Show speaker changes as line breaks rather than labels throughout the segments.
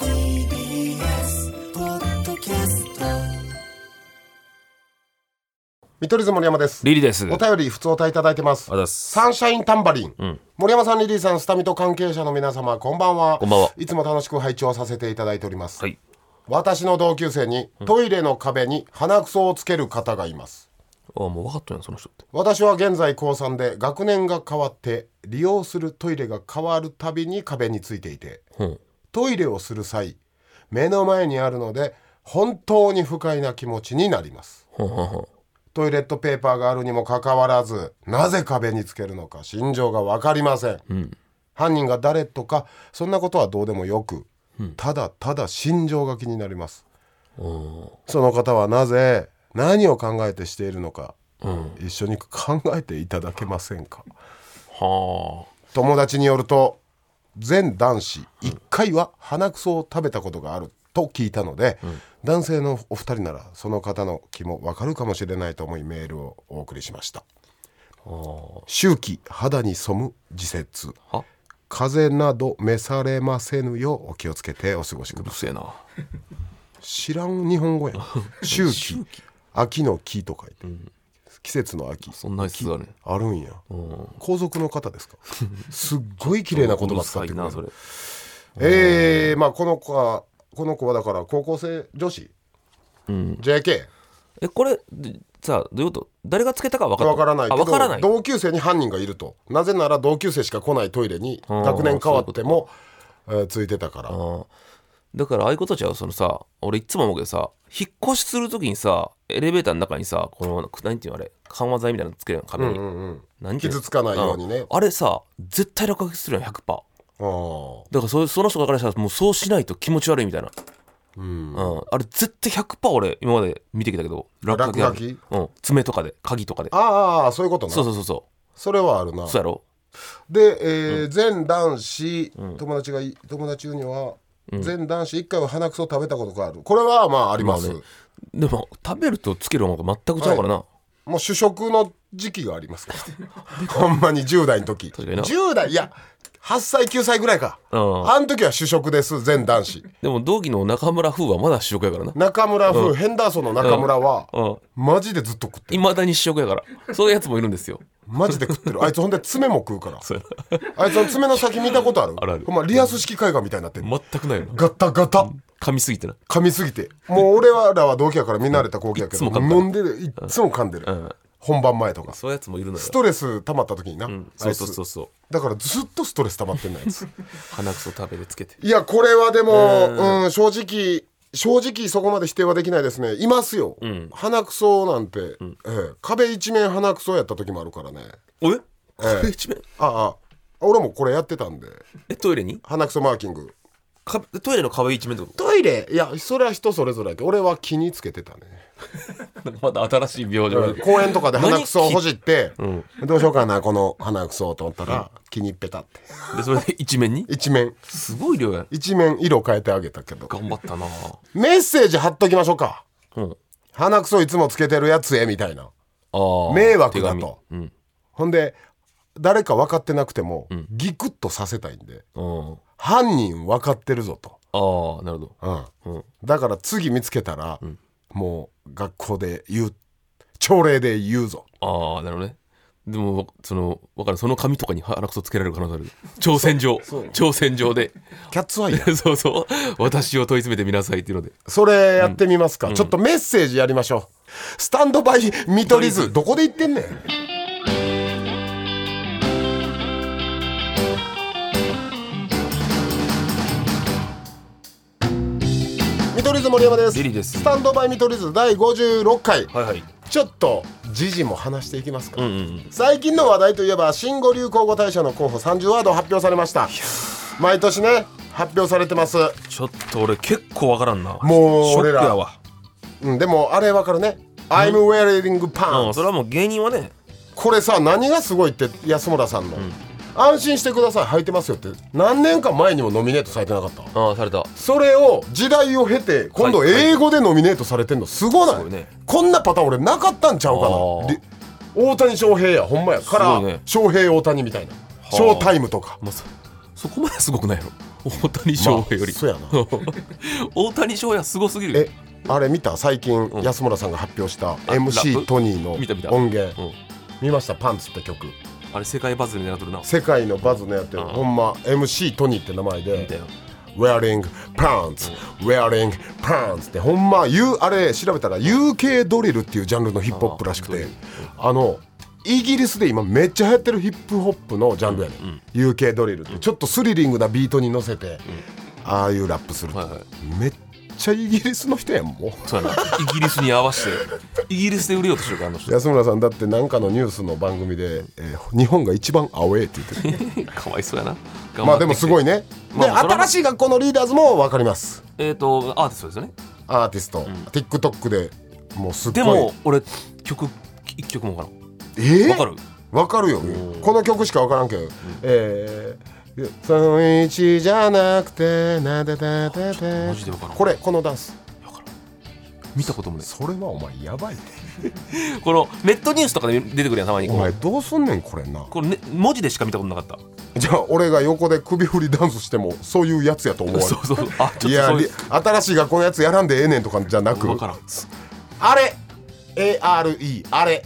TBS ポッドキャスト
見取り図森山です。
リリです。
お便り、普通お便りいただいてます
あざっ。す
サンシャインタンバリン。森山さん、リリーさん、スタミト関係者の皆様、こんばんは。
こんばんはい
つも楽しく拝聴させていただいております。
はい。
私の同級生に、トイレの壁に鼻くそをつける方がいます。
あ、もう分かったやん、その人って。
私は現在高3で学年が変わって利用するトイレが変わるたびに壁についていて、
ん
トイレをする際目の前にあるので本当に不快な気持ちになりますトイレットペーパーがあるにもかかわらずなぜ壁につけるのか心情が分かりません、犯人が誰とかそんなことはどうでもよく、ただただ心情が気になりますその方はなぜ何を考えてしているのか、一緒に考えていただけませんか
は
友達によると全男子1回は鼻くそを食べたことがあると聞いたので、男性のお二人ならその方の気もわかるかもしれないと思いメールをお送りしました周期肌に背む自節
あ。は
風邪など召されませぬようお気をつけてお過ごしくださいう
るせえな。
知らん日本 語やん秋季秋の木と書いて、季節の秋
そんなやつがね。
あるんや、皇族の方ですか すっごい綺麗な言葉使って
う
くれ
るさいな、
る
それ。
えー、まあこの子はこの子はだから高校生女子、JK
え、これ、でさあ、どういうこと誰がつけたか分かった。
わからないけ
あ、分から
ど
ない。
同級生に犯人がいるとなぜなら同級生しか来ないトイレに学年変わってもえーついてたから
だから、ああいうことちゃう、そのさ、俺いっつも思うけどさ、引っ越しするときにさ、エレベーターの中にさ、この、なんていうのあれ、緩和剤みたいなのつけるの、壁に。なんていうの
傷つかないようにね
んあれさ、絶対落書きするやん、100%。
あー
だからそその人からしたらもうそうしないと気持ち悪いみたいな、うんあれ絶対100%俺今まで見てきたけど落書きある
落書き
うん、爪とかで鍵とかで
あーそういうことな
そう
そ
そうそうそ
れはあるな
うそうやろ
で、えー全男子、友達がい友達言うには、全男子一回は鼻くそ食べたことがあるこれはまああります、
まあねでも食べるとつけるものが全く違うからな、
もう主食の時期がありますから ほんまに10代の時
確かにな
10代いや8歳9歳ぐらいか
うん
あの時は主食です全男子
でも同期の中村風はまだ主食やからな
中村風、ヘンダーソンの中村は、
うん
マジでずっと食って
い
る
まだに主食やからそういうやつもいるんですよ
マジで食ってるあいつほんで爪も食うから
そうやな
あいつの爪の先見たことある
あるある
ほんまリアス式海岸みたいになってる、
全くないよな
ガタガタ、
噛みすぎてな
噛みすぎてもう俺らは同期やから見慣れた光景やけ
いつも
ど
噛んでる
飲んでるいっつも噛んでる、
ん
本番前とか
そういうやつもいるのよ
ストレス溜まった時にな、あ
そ
いうつ
そうそうそう
だからずっとストレス溜まってんのやつ
鼻くそ食べてつけて
いやこれはでも、うん、正直正直そこまで否定はできないですねいますよ、鼻くそなんて、ええ壁一面鼻くそやった時もあるからね
おえ壁一面
ああ俺もこれやってたんで
えトイレに
鼻くそマーキング
かトイレの壁一面ってこと
トイレいやそれは人それぞれやけど俺は気につけてたね
まだ新しい病状、
公園とかで鼻くそをほじって、どうしようかなこの鼻くそと思ったら、気に入ってたって
でそれ で一面に
一面
すごい量やん
一面色変えてあげたけど
頑張ったな
メッセージ貼っときましょうか
うん
鼻くそいつもつけてるやつへみたいな
あー
迷惑だ
手紙
と、ほんで誰か分かってなくても、ギクッとさせたいんで
うん
犯人分かってるぞと、
ああなるほど
うんだから次見つけたら、もう学校で言う朝礼で言うぞ
ああなるほどねでもそのわかるその紙とかに鼻くそつけられる可能性ある挑戦状挑戦状で
キャッツアイや
そうそう私を問い詰めてみなさいっていうので
それやってみますか、ちょっとメッセージやりましょうスタンドバイ見取り図どこで言ってんねん見取り図森山です
リリーです
スタンドバイ見取り図第56回、
いはい
ちょっと時事も話していきますか、
うんうん
最近の話題といえば新語・流行語大賞の候補30ワード発表されました毎年ね発表されてます、
ちょっと俺結構わからんな
もう
ショッ
俺
ク
ら
やわ
うん、でもあれわかるね「I'm wearing
う
pants
ん、それはもう芸人はね」
これさ何がすごいって安村さんの、安心してください履いてますよ」って何年か前にもノミネートされてなかった
ああされた
それを時代を経て今度
はいはい
英語でノミネートされてんのすごない,、
すごいね
こんなパターン俺なかったんちゃうか
あ
な
ー
で大谷翔平やほんまやか
すご
ら、
いね
翔平大谷みたいな
あ
ショータイムとか
まあ、そそこまですごくないの大谷翔平より、
まあそうやな
大谷翔平すごすぎる
えあれ見た最近安村さんが発表した
ラッ
MC
プ
トニーの
見た見た
音源
うん、
見ました「パンツ」って曲
あれ世界バズり狙っとるな
世界のバズのやってる
うん
ほんま MC トニーって名前
みたい
で
な
「Wearing Pants」「Wearing Pants」ってほんま U あれ調べたら UK ドリルっていうジャンルのヒップホップらしく
あードリ
て
ル
あのイギリスで今めっちゃ流行ってるヒップホップのジャンルやね、ん UK ドリルってちょっとスリリングなビートに乗せてああいうラップするって
はいはい
めっちゃイギリスの人やんもう。
そうやなイギリスに合わせてイギリスで売れようとしてるからあ の人
安村さんだって何かのニュースの番組で、えー日本が一番アウェーって言ってる
かわいそうやな
まあでもすご
い
いね、
まあ
で
それは
新しい学校のリーダーズも分かります
えっ、とアーティストですよね
アーティスト、TikTok でもうすっごい
でも俺曲一曲もわか
え
らん
ー
わかる
わかるよこの曲しか分からんけど、えーその一じゃなくてなだだだだ
マジでわからん
これこのダンス
見たこともない
それはお前やばいで
このネットニュースとかで出てくるやんたまに
お前どうすんねんこれな
この、ね、文字でしか見たことなかった
じゃあ俺が横で首振りダンスしてもそういうやつやと思われる
そうそうあちょ
い
っと
や
そう
り
いう
新しい学校のやつやらんでええねんとかじゃなく
わからん
あれ ARE あれ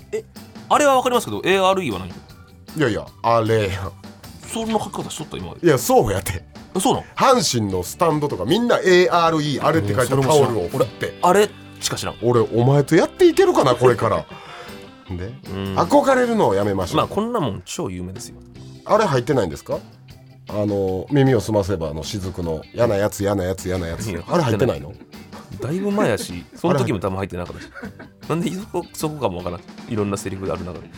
あれはわかりますけど ARE は何
いやいやあれやん
そんな書き方しとった今まで
いやそうやって
えそうなの
阪神のスタンドとかみんな ARE あれって書いたタオルを振って
あれしか知らん
俺お前とやっていけるかなこれからで
ん
憧れるのをやめまし
まあ
ょう
こんなもん超有名ですよ
あれ入ってないんですかあの耳を澄ませばの雫の嫌なやつ嫌なやつ嫌なやつ
いや
あれ入ってないの
だいぶ前やしその時も多分入ってなかったしなんでそこそこかもわからんいろんなセリフがある中で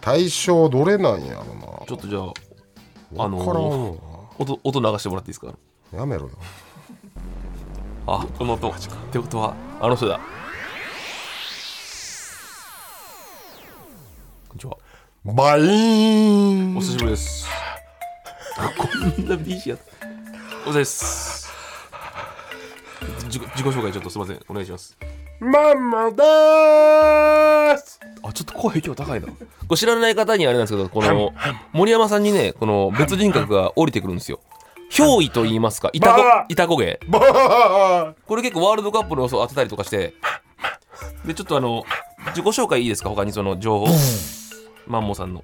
対象どれなんやろな
ちょっとじゃああ
分から
の
んわ
音音流してもらっていいですか
やめろよ
あこの音ってことはあの人だこんにちは
バイーン
お久しぶりですあこんな BG やったお疲れ様です自己自己紹介ちょっとすいませんお願いします
ママでーす
あちょっと声今日高いなこれ知らない方にはあれなんですけどこの森山さんにねこの別人格が降りてくるんですよ憑依と言いますかイタコ
ばあ
イタコ芸
バー
これ結構ワールドカップの予想当てたりとかしてでちょっとあの自己紹介いいですか他にその情報マンモさんの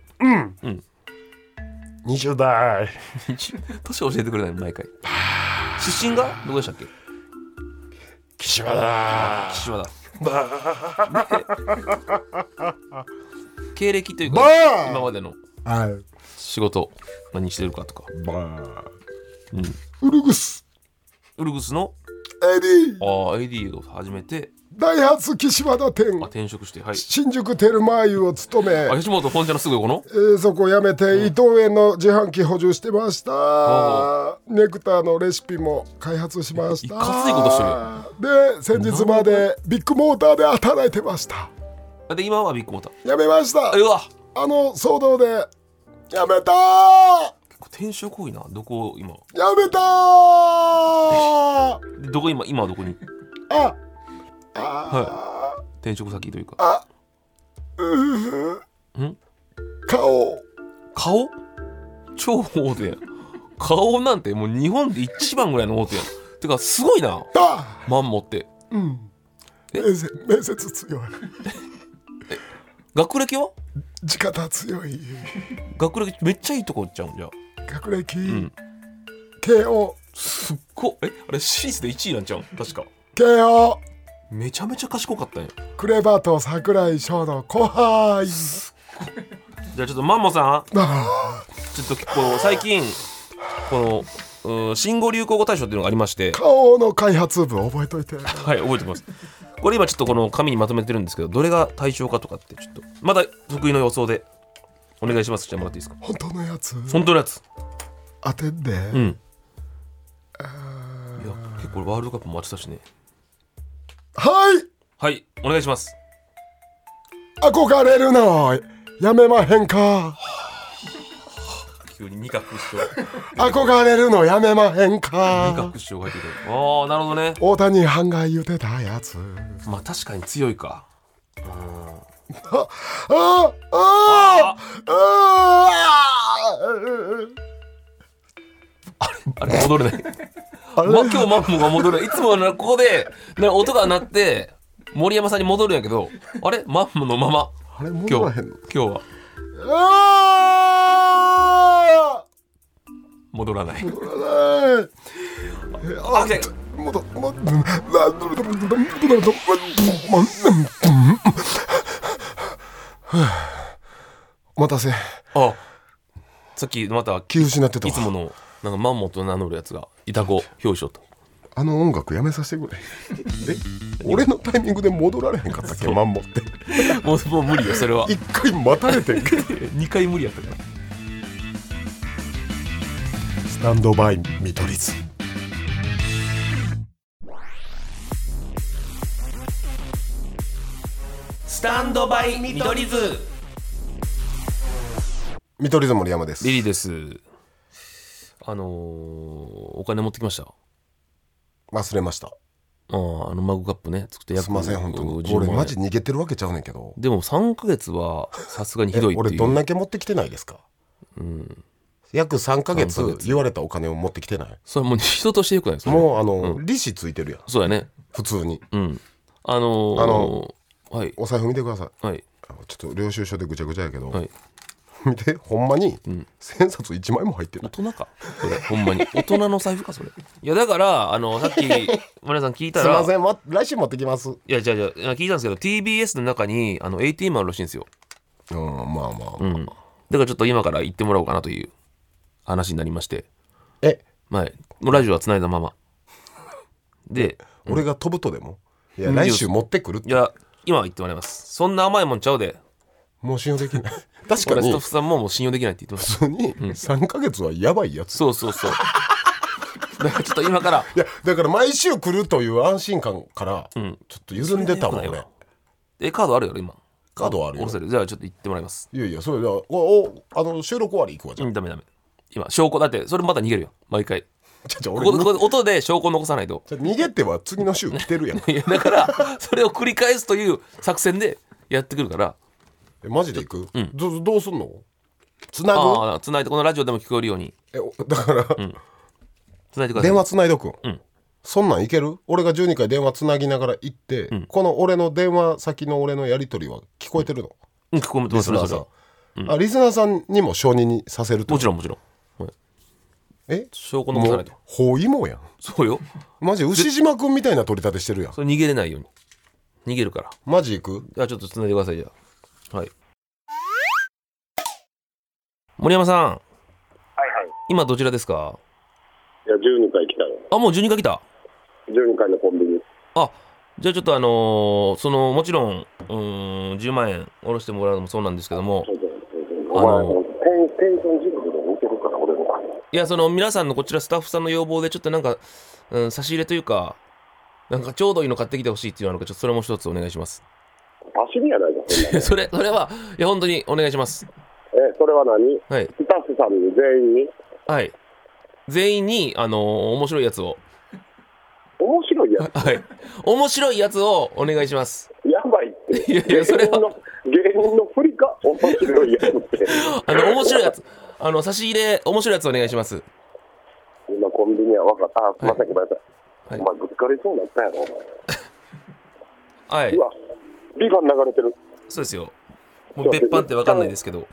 20代
年教えてくれないの毎回出身がどこでしたっけ
岸和田
岸和田で 経歴という
バ
か
ー
今までの
はい
仕事何してるかとか
バー
うん
ウルグス
ウルグスの
エディ
ああ AD を始めて
ダイハツ岸和田店
あ転職してはい
新宿テルマーユを務め、
あ吉本本社のすぐ横の
えーそこを辞めて伊藤園の自販機補充してました、
あ
ネクターのレシピも開発しました
いかついことしてるや
で先日までビッグモーターで働いてました
で今はビッグモーター
辞めました
あうわ
あの騒動でやめたー
結構転職多いなどこ今
やめたーあ
でどこ今今はどこに
あ
は転職先というか
あうふ
ん
顔
顔超大手やん顔なんてもう日本で一番ぐらいの大手やんてかすごいな
だ
マンモって
面接面接強い
学歴は
地方強い
学歴めっちゃいいとこ行っちゃうんじゃあ
学歴、
ん
慶応
すっごえあれ私立で1位なんちゃうん確か
慶応
めちゃめちゃ賢かったんやじ
クレバと桜井翔の後輩
ゃあちょっとマンモさん
あ
ちょっとこう最近このうん新語・流行語大賞っていうのがありまして
ー顔の開発部覚えといて
はい覚えてますこれ今ちょっとこの紙にまとめてるんですけどどれが対象かとかってちょっとまだ得意の予想でお願いしますしてもらっていいですか
本当のやつ
本当のやつ
当てんで、
うん結構ワールドカップも待ちたしね
はい
はいお願いします
憧れるなやめまへんか
急に二角師匠
憧れるのやめまへん
二
か
角師匠が入ってくる ああなるほどね
大谷班が言うてたやつ
まあ確かに強いか
ああああ
あ れ戻れない
あ
ま、今日マンモが戻るいつもなここでな音が鳴って森山さんに戻るんやけどあれマンモのまま
あれ戻
今
ら
日
へ
今
んの
日は
ああ
戻らない
あ
あ来た
お待たせ
あさっきまた
気失ってた
いつものなんかマンモと名乗るやつがいた子表彰と
あの音楽やめさせてくれえ俺のタイミングで戻られへんかったっけマンモって
もうもう無理よそれは
一回待たれてんけど
2回無理やったから
スタンドバイ見取り図
スタンドバイ見取り図
見取り図森山です
リリーですあのーお金持ってきました
忘れました
あーあのマグカップね作って
すいません本当に俺マジ逃げてるわけちゃうねんけど
でも3ヶ月はさすがにひ
え
どいっていう
俺どんだけ持ってきてないですか約3ヶ月
三ヶ月
言われたお金を持ってきてない
それもう人としてよくないですか
もうあの利子ついてるやん
そうやね
普通に
うんあのー、
あの
はい
お財布見てください
はい
あのちょっと領収書でぐちゃぐちゃやけど、
はい
見てほんまに千冊1枚も入って
大
る、
人かそれほんまに大人の財布かそれいやだからあのさっ き村さん聞いた
すい
ら
ません、ま、来週持ってきますうん
いやじゃあじゃあ聞いたんですけど TBS の中にあの ATM あるらしいんですよ
まあまあ、
うんだからちょっと今から行ってもらおうかなという話になりまして
え
はいもうラジオはつないだままで
俺が飛ぶとでもいや来週持ってくるっ
い
て
や今は行ってもらいますそんな甘いもんちゃうで
もう信用できない確か
俺ス
に
タッフさんももう信用できないって言ってました
普通に3ヶ月はやばいやつ、
そうそうそう。だからちょっと今から。
いやだから毎週来るという安心感からちょっと緩んでたもん
それ
俺
はよえ、カードあるやろ、今。
カードはある
下
よ
ろせる。じゃあちょっと行ってもらいます。
いやいやそれではおおあの収録終わり行くわじ
う
ゃあ
ん、ダメダメ。今、証拠。だって、それまた逃げるよ。毎回。
じゃあじゃあ
こ
俺
こここで音で証拠残さないと。
じゃあ逃げては次の週来てるやん
いや、だから、 それを繰り返すという作戦でやってくるから。
えマジで行く、どどうすんのつなぐ
ああ、つないで、このラジオでも聞こえるように。
えお だから、
つないでください。
電話つないどくん、
ん
そんなんいける俺が12回電話つなぎながら行って、この俺の電話先の俺のやり取りは聞こえてるの、
うん、聞こえて
リ
ま
ス
す
ナ
よ、
ー
そ
さ
れ
ん
は。、
あリスナーさんにも承認にさせると
もちろん、もちろん。はい
え
証拠残
も
さないうと。
包囲網やん
そうよ。
マジ牛島くんみたいな取り立てしてるやん
それ逃げれないように。逃げるから。
マジ行く
じゃあちょっとつないでください、じゃあ。はい。森山さん。
はいはい。
今どちらですか
いや、12回来たよ。
あもう12回来た
12回のコンビニ。
あじゃあちょっとあのーそのもちろんうーん10万円下ろしてもらうのもそうなんですけども
そうそうそう
あ
お
の
前、テンテンション地獄で似てるから、俺の。
いやその皆さんのこちらスタッフさんの要望でちょっとなんか、うん、差し入れというかなんかちょうどいいの買ってきてほしいっていうのがあるからちょっとそれも一つお願いします
走りやないか、そんなの。
それそれはいや本当にお願いします
え、それは何
はい
スタッフさんに全員に
はい全員にあのー面白いやつを
面白いや
はい面白いやつをお願いします
つ。やばいって。
いやいやそれは
芸人の、芸人の振りか、面白いやつって。
あの面白いやつあの差し入れ面白いやつお願いします
今、コンビニは分かった。あ、すいません、ごめんなさい。
はい
お前、ぶつかりそうになったやろ、お前。
はいう
わ、ビガン流れてる。
そうですよ。もう別版ってわかんないですけど。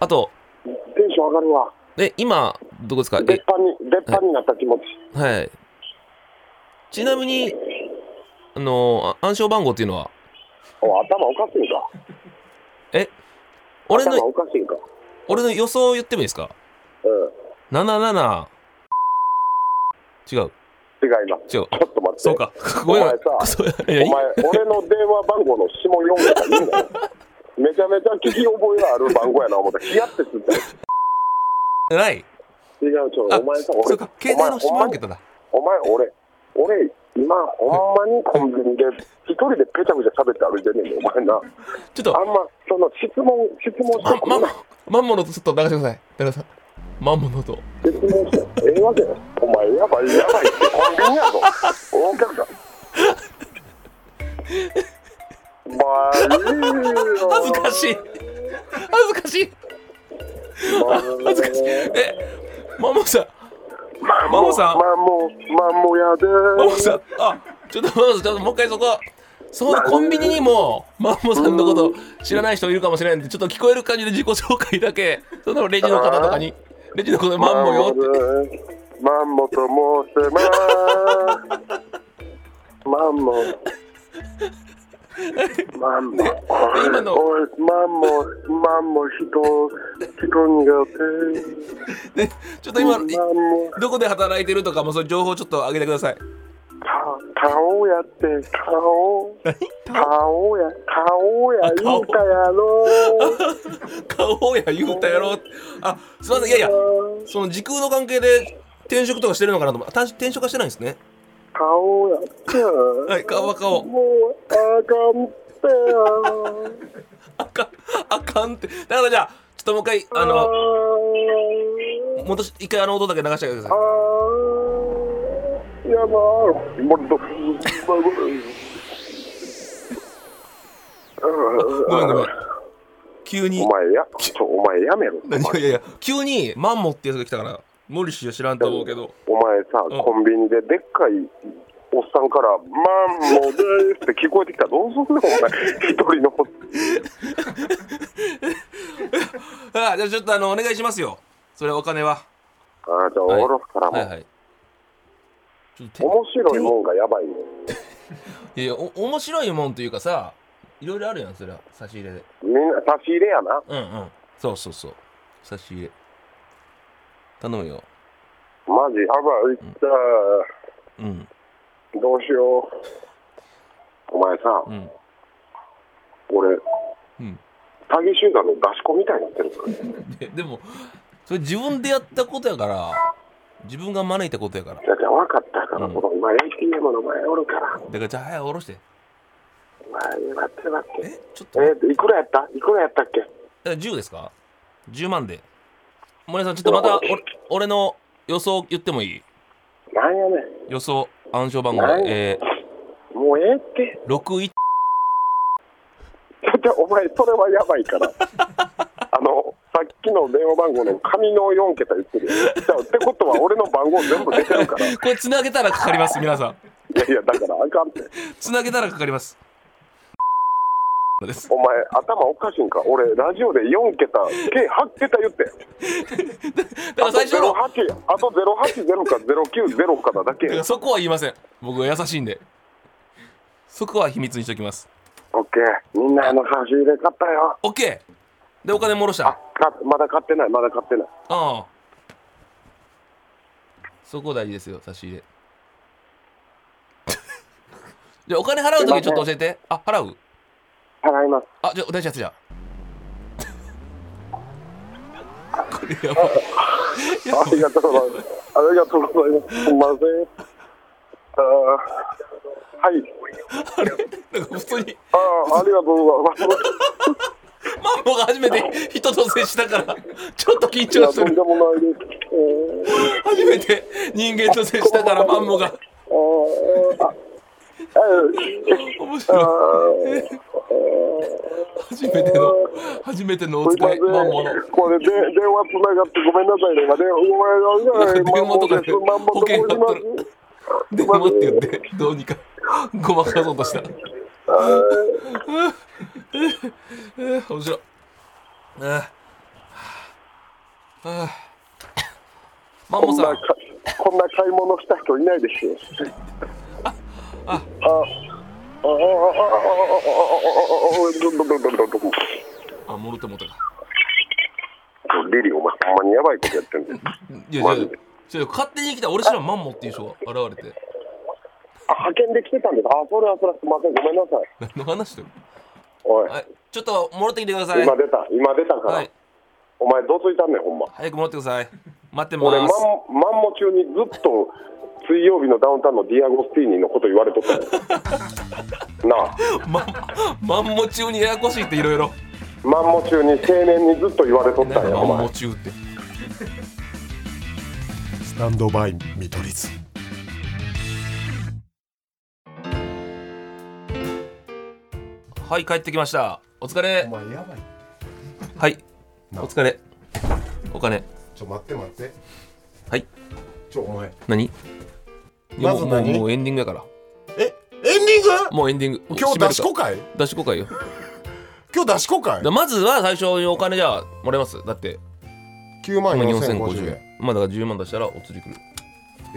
あと、
テンション上がるわ。
え、今、どこですかえ
別、班に、別班になった気持ち。
はい。ちなみに、あの、あ暗証番号っていうのは、
お頭おかしいんか。
え、俺
頭
の、
おかしいんか。
俺の予想を言ってもいいですか
うん。
?77。違う、
違います。
違う。あ
ちょっと待って。
そうか。
お
ごめん
前。さ、
そういや
お
い
前、俺の電話番号の下4とか言うなよ。めちゃめちゃ聞き覚えがある番号やな思って、ヒヤってする。
やない。
違う、ちょ、
あ
お前さ、、
そ
俺、
うか。携帯の
お
下
前
受けただ。
お前、お前俺、俺、今、ほんまにコンビニで、一人でぺちゃくちゃ喋って歩いてんねんで、お前な。
ちょっと
あんま、その質問、質問してく
マ
る
ン
な。
マンモの音ちょっと流してください田中さんマンモの音
質問して、ええわけないお前、やばい、やばいって、コンビニやぞ。お 客さん。まあ、いいよ。
恥ずかしい恥ずかしい
まあ
恥ずかしいえマンモさん
マン
マ
モ
モさん
マンモ、マンモやで。
マンモさんあちょっとマンモさんちょっともう一回そこそこのコンビニにもマンモさんのこと知らない人いるかもしれないんでちょっと聞こえる感じで自己紹介だけそのレジの方とかにレジの方でマンモよって
って。マンモと申せ ます。マンモ。マンモ。
今の
おい、マンモ、マンモ人、人苦
でちょっと今
手。マンモ、
どこで働いてるとかもそういう情報ちょっと上げてください
た、顔やって、顔。顔や、顔や、言うたやろ。
顔や言うたやろあすいませんいやいやその時空の関係で転職とかしてるのかなと思った転職はしてないんですね
顔やって。
はい顔は顔
もう、あかんってや。
あかんあかんってだからじゃあちょっともう一回あ
あ
の
ー
戻し一回あの音だけ流してくださ
あ
い
ーいやまあもっと
ごめんごめん急に
お前やちょお前やめろお前
何がいやいや急にマンモってやつが来たからモリシーは知らんと思うけど
お前さ、
うん
コンビニででっかいおっさんから「マンモです」って聞こえてきたらどうすんのお前一人の
あじゃあちょっとあのお願いしますよそれお金は
あーじゃあおろすからもう、
はいはいちょっと手
面白いもんがやばいね
いやいやお面白いもんというかさいろいろあるやんそれは差し入れで
みんな差し入れやな
うんうんそうそうそう差し入れ頼むよ
マジやばいった、
うん
どうしようお前さ、
うん
俺
うん
詐欺集団の出し子みたいになってるからね
ででもそれ自分でやったことやから自分が招いたことやから
だから分かったから、
うん
この今 ATM の前おるから、
だからじゃあ早く下ろして
お前、待って待っ
え
て。
ちょっと
えいくらやったいくらやったっけ
え10ですか10万で森さんちょっとまたお俺の予想言ってもいい
なんやね
予想暗証番号
はい
え
ん。もうええって。
ー、61
ちょ、ちょ、お前、それはやばい から。あの、さっきの電話番号の紙の4桁言ってるよ。じゃあってことは、俺の番号全部出て るから。い
これつなげたらかかります皆さん
やいや、だからあかんって。
つなげたらかかります です
お前、頭おかしいんか。俺、ラジオで4桁、計8桁言って。
だか
あ
ら
と
最初の
08、あと080か090かだけ
だか。ら そこは言いません僕は優しいんでそこは秘密にしておきます
オッケー。みんなあの差し入れ買ったよ。
OK でお金戻した
あかまだ買ってないまだ買ってない
ああそこ大事ですよ差し入れ じゃあお金払う時ちょっと教えてあ払う
払います
あじゃあ大事なやつじゃあこれやばい
ありがとうございますありがとうございますすいませんあーはい
なんか普通に
あーありがとうございます
マンボが初めて人と接したからちょっと緊
いや
張す
とん
る
でもないですえー
初めて人間と接したからマンボが
あーああ
面白い 初めての初めてのお
すいま
使
せ
いマンボの
んこれで電話つながってごめんなさいね電話ごめんなさ い
電話とかで
マンボです
保険
マンボと申します
電話って言ってどうにか ごまかそうとしたうう う面白いああああマン
こ
モ
ん
さ
なんかこんな買い物した人いないですよ。あああああああああ
あ戻ってもうたか
リリーお前ほんまにやばいことやってんだよ。
いや
マ
い
ジ
や
で
いや勝手に来た俺知らんマンモっていう人が現れて
あ派遣で来てたんです。あそれはそれはすみませんごめんなさい。
何の話してる
おい
はいちょっと戻ってきてください
今出た今出たから、
はい
お前どついたんねんほんま。
早く戻ってください待ってま
俺マン
す
マンモ中にずっと水曜日のダウンタウンのディアゴスティーニのこと言われとったのなあ
ま マンモ中にややこしいっていろいろ
マンモ中に青年にずっと言われとったんや
マン
お前
モ中って
スタンドバイ見取り図
はい帰ってきましたお疲
お
れ
前やばい
はい
な
お疲れお金
ちょ待って待って
はい
ちょお前
何いや
まず
もう
何
もうもうエンディングやから
えエンディング
もうエンディング
今日出し
こ
子会
出しこかいよだか
今日出し子会
らまずは最初にお金じゃあもらえますだって
9万
まあ
4050
4050
円
円まあだから10万出したらお釣り来る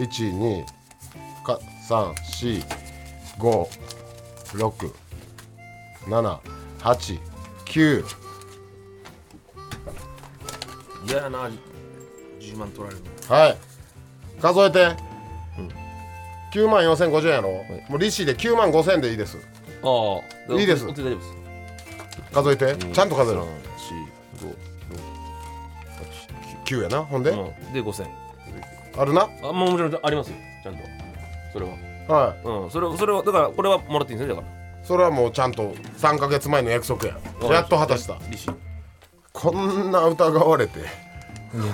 12か3 4 5 6 7 8 9
嫌やな10万取られる
はい数えて、9万4050円やろ、もう利子で9万5000円でいいです
ああ
いいです
お釣り大丈夫です
数えて、ちゃんと数えろ9やなほんで、
うん、で5000
あるな
あもうもちろんありますよちゃんとそれは
は
うんそれはそれはだからこれはもらっていいんですねだか
いそれはもうちゃんと3か月前の約束や
ら
やっと果たした
利子
こんな疑われて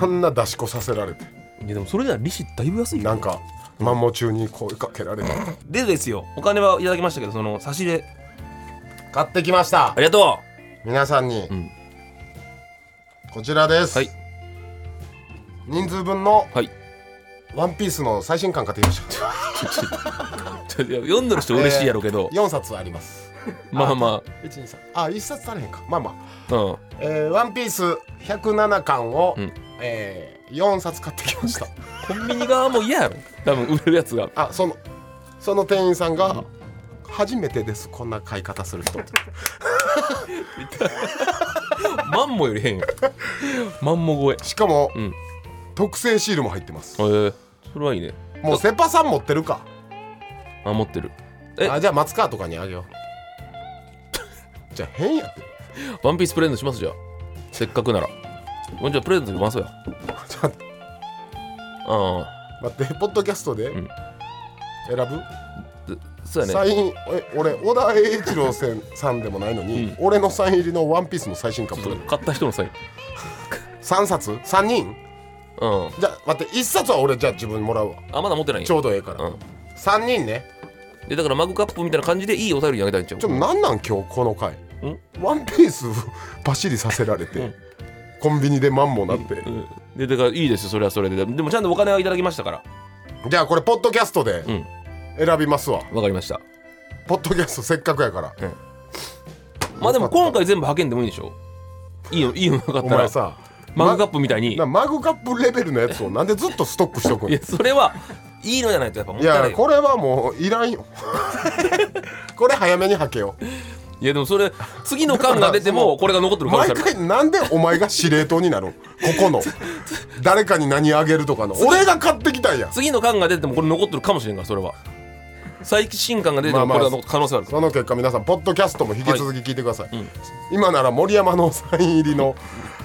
こんな出し子させられて
いやでもそれじゃ利子だいぶ安いよ
なんかマンモ中に声かけられて
でですよお金はいただきましたけどその差し入れ
買ってきました
ありがと
皆さんに、
ん
こちらです、
はい
人数分の
うはい
ワンピースの最新刊買ってきました
ちょっと読んでる人嬉しいやろうけど、
4冊あります
まあま
123あ一1冊足りへんかまあまあ、
あうん
えーワンピース107巻を、
うん
え4冊買ってきました
コンビニ側も嫌やろ多分売れるやつが
あそのその店員さんが、初めてですこんな買い方する人
マンモより 変やマンモ超え
しかも、
うん
特製シールも入ってます
えー、それはいいね
もうセパさん持ってるか
あ持ってるえ
あじゃあ松川とかにあげよ うじゃあ変やって
ワンピースプレゼントしますじゃあせっかくならほんじゃあプレゼントしますよ
ちょっと
あ
待ってポッドキャストで
ん
選ぶ、
あそうや
サ
ね
インえ俺小田栄一郎せんさんでもないのに、
うん
俺のサイン入りのワンピースの最新刊
ちょっと買った人のサイン
3冊3人
うん
じゃあ待って1冊は俺じゃあ自分もらうわ
あまだ持ってないんや
ちょうどええから、
うん
3人ね
でだからマグカップみたいな感じでいいお便りにあげたいんちゃう
ちょっとなんなん今日この回
うん
ワンピース バシリさせられて、
うん
コンビニでマンモなって、
うんでだからいいですよそれはそれででもちゃんとお金はいただきましたから
じゃあこれポッドキャストで
うん
選びますわ、
わかりました
ポッドキャストせっかくやから
まあでも今回全部派遣でもいいでしょいいのいいのなかっ
お
たら
前さ
マグカップみたいに
なマグカップレベルのやつをなんでずっとストックしとくん
いやそれはいいのじゃないとやっぱもっ
い
たいな
や
いよ
これはもういらんよ これ早めにはけよう
いやでもそれ次の缶が出 てもこれが残ってる可能性
毎
ある
回なんでお前が司令塔になるんここの誰かに何あげるとかの俺が買ってきたんや
次の缶が出てもこれ残ってるかもしれんからそれは最新缶が出てもこれが残ってる可能性あるから
その結果皆さんポッドキャストも引き続き聞いてください、今なら森山のサイン入りの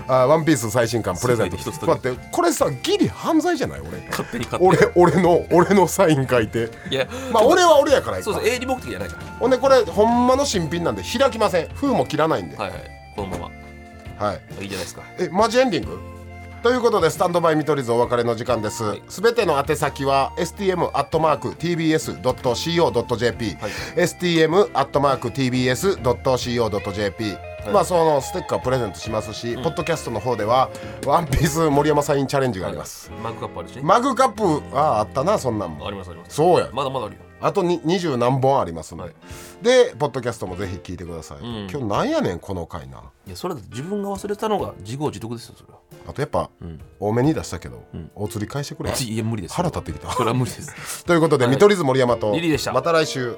あワンピース最新刊プレゼント
一つだけ
待ってこれさギリ犯罪じゃない俺
勝手に買って
俺俺の俺のサイン書いて
いや
まあ俺は俺やからいいか
そうそう営利目的じゃないから
ほんでこれほんまの新品なんで開きません封も切らないんで、
はいはいこのまま
はい、
いいじゃないですか
えマジエンディングということでスタンドバイ見取り図お別れの時間です
い
すべ、ての宛先は stm.tbs.co.jp、
はい
stm.tbs.co.jp、
い
まあそのステッカープレゼントしますし、ポッドキャストの方ではワンピース森山サインチャレンジがあります、
マグカップあるしね、
マグカップああったなそんなんも
ありますあります
そうや
まだまだあるよ
あとに二十何本ありますんで、
はい
でポッドキャストもぜひ聞いてください、
ん
今日なんやねんこの回ない
やそれだと自分が忘れたのが自業自得ですよそれは
あとやっぱ、多めに出したけど、お釣り返してくれ
いや無理です
腹立ってきた
それは無理です
ということで、見取り図森山と
リリーでした
また来週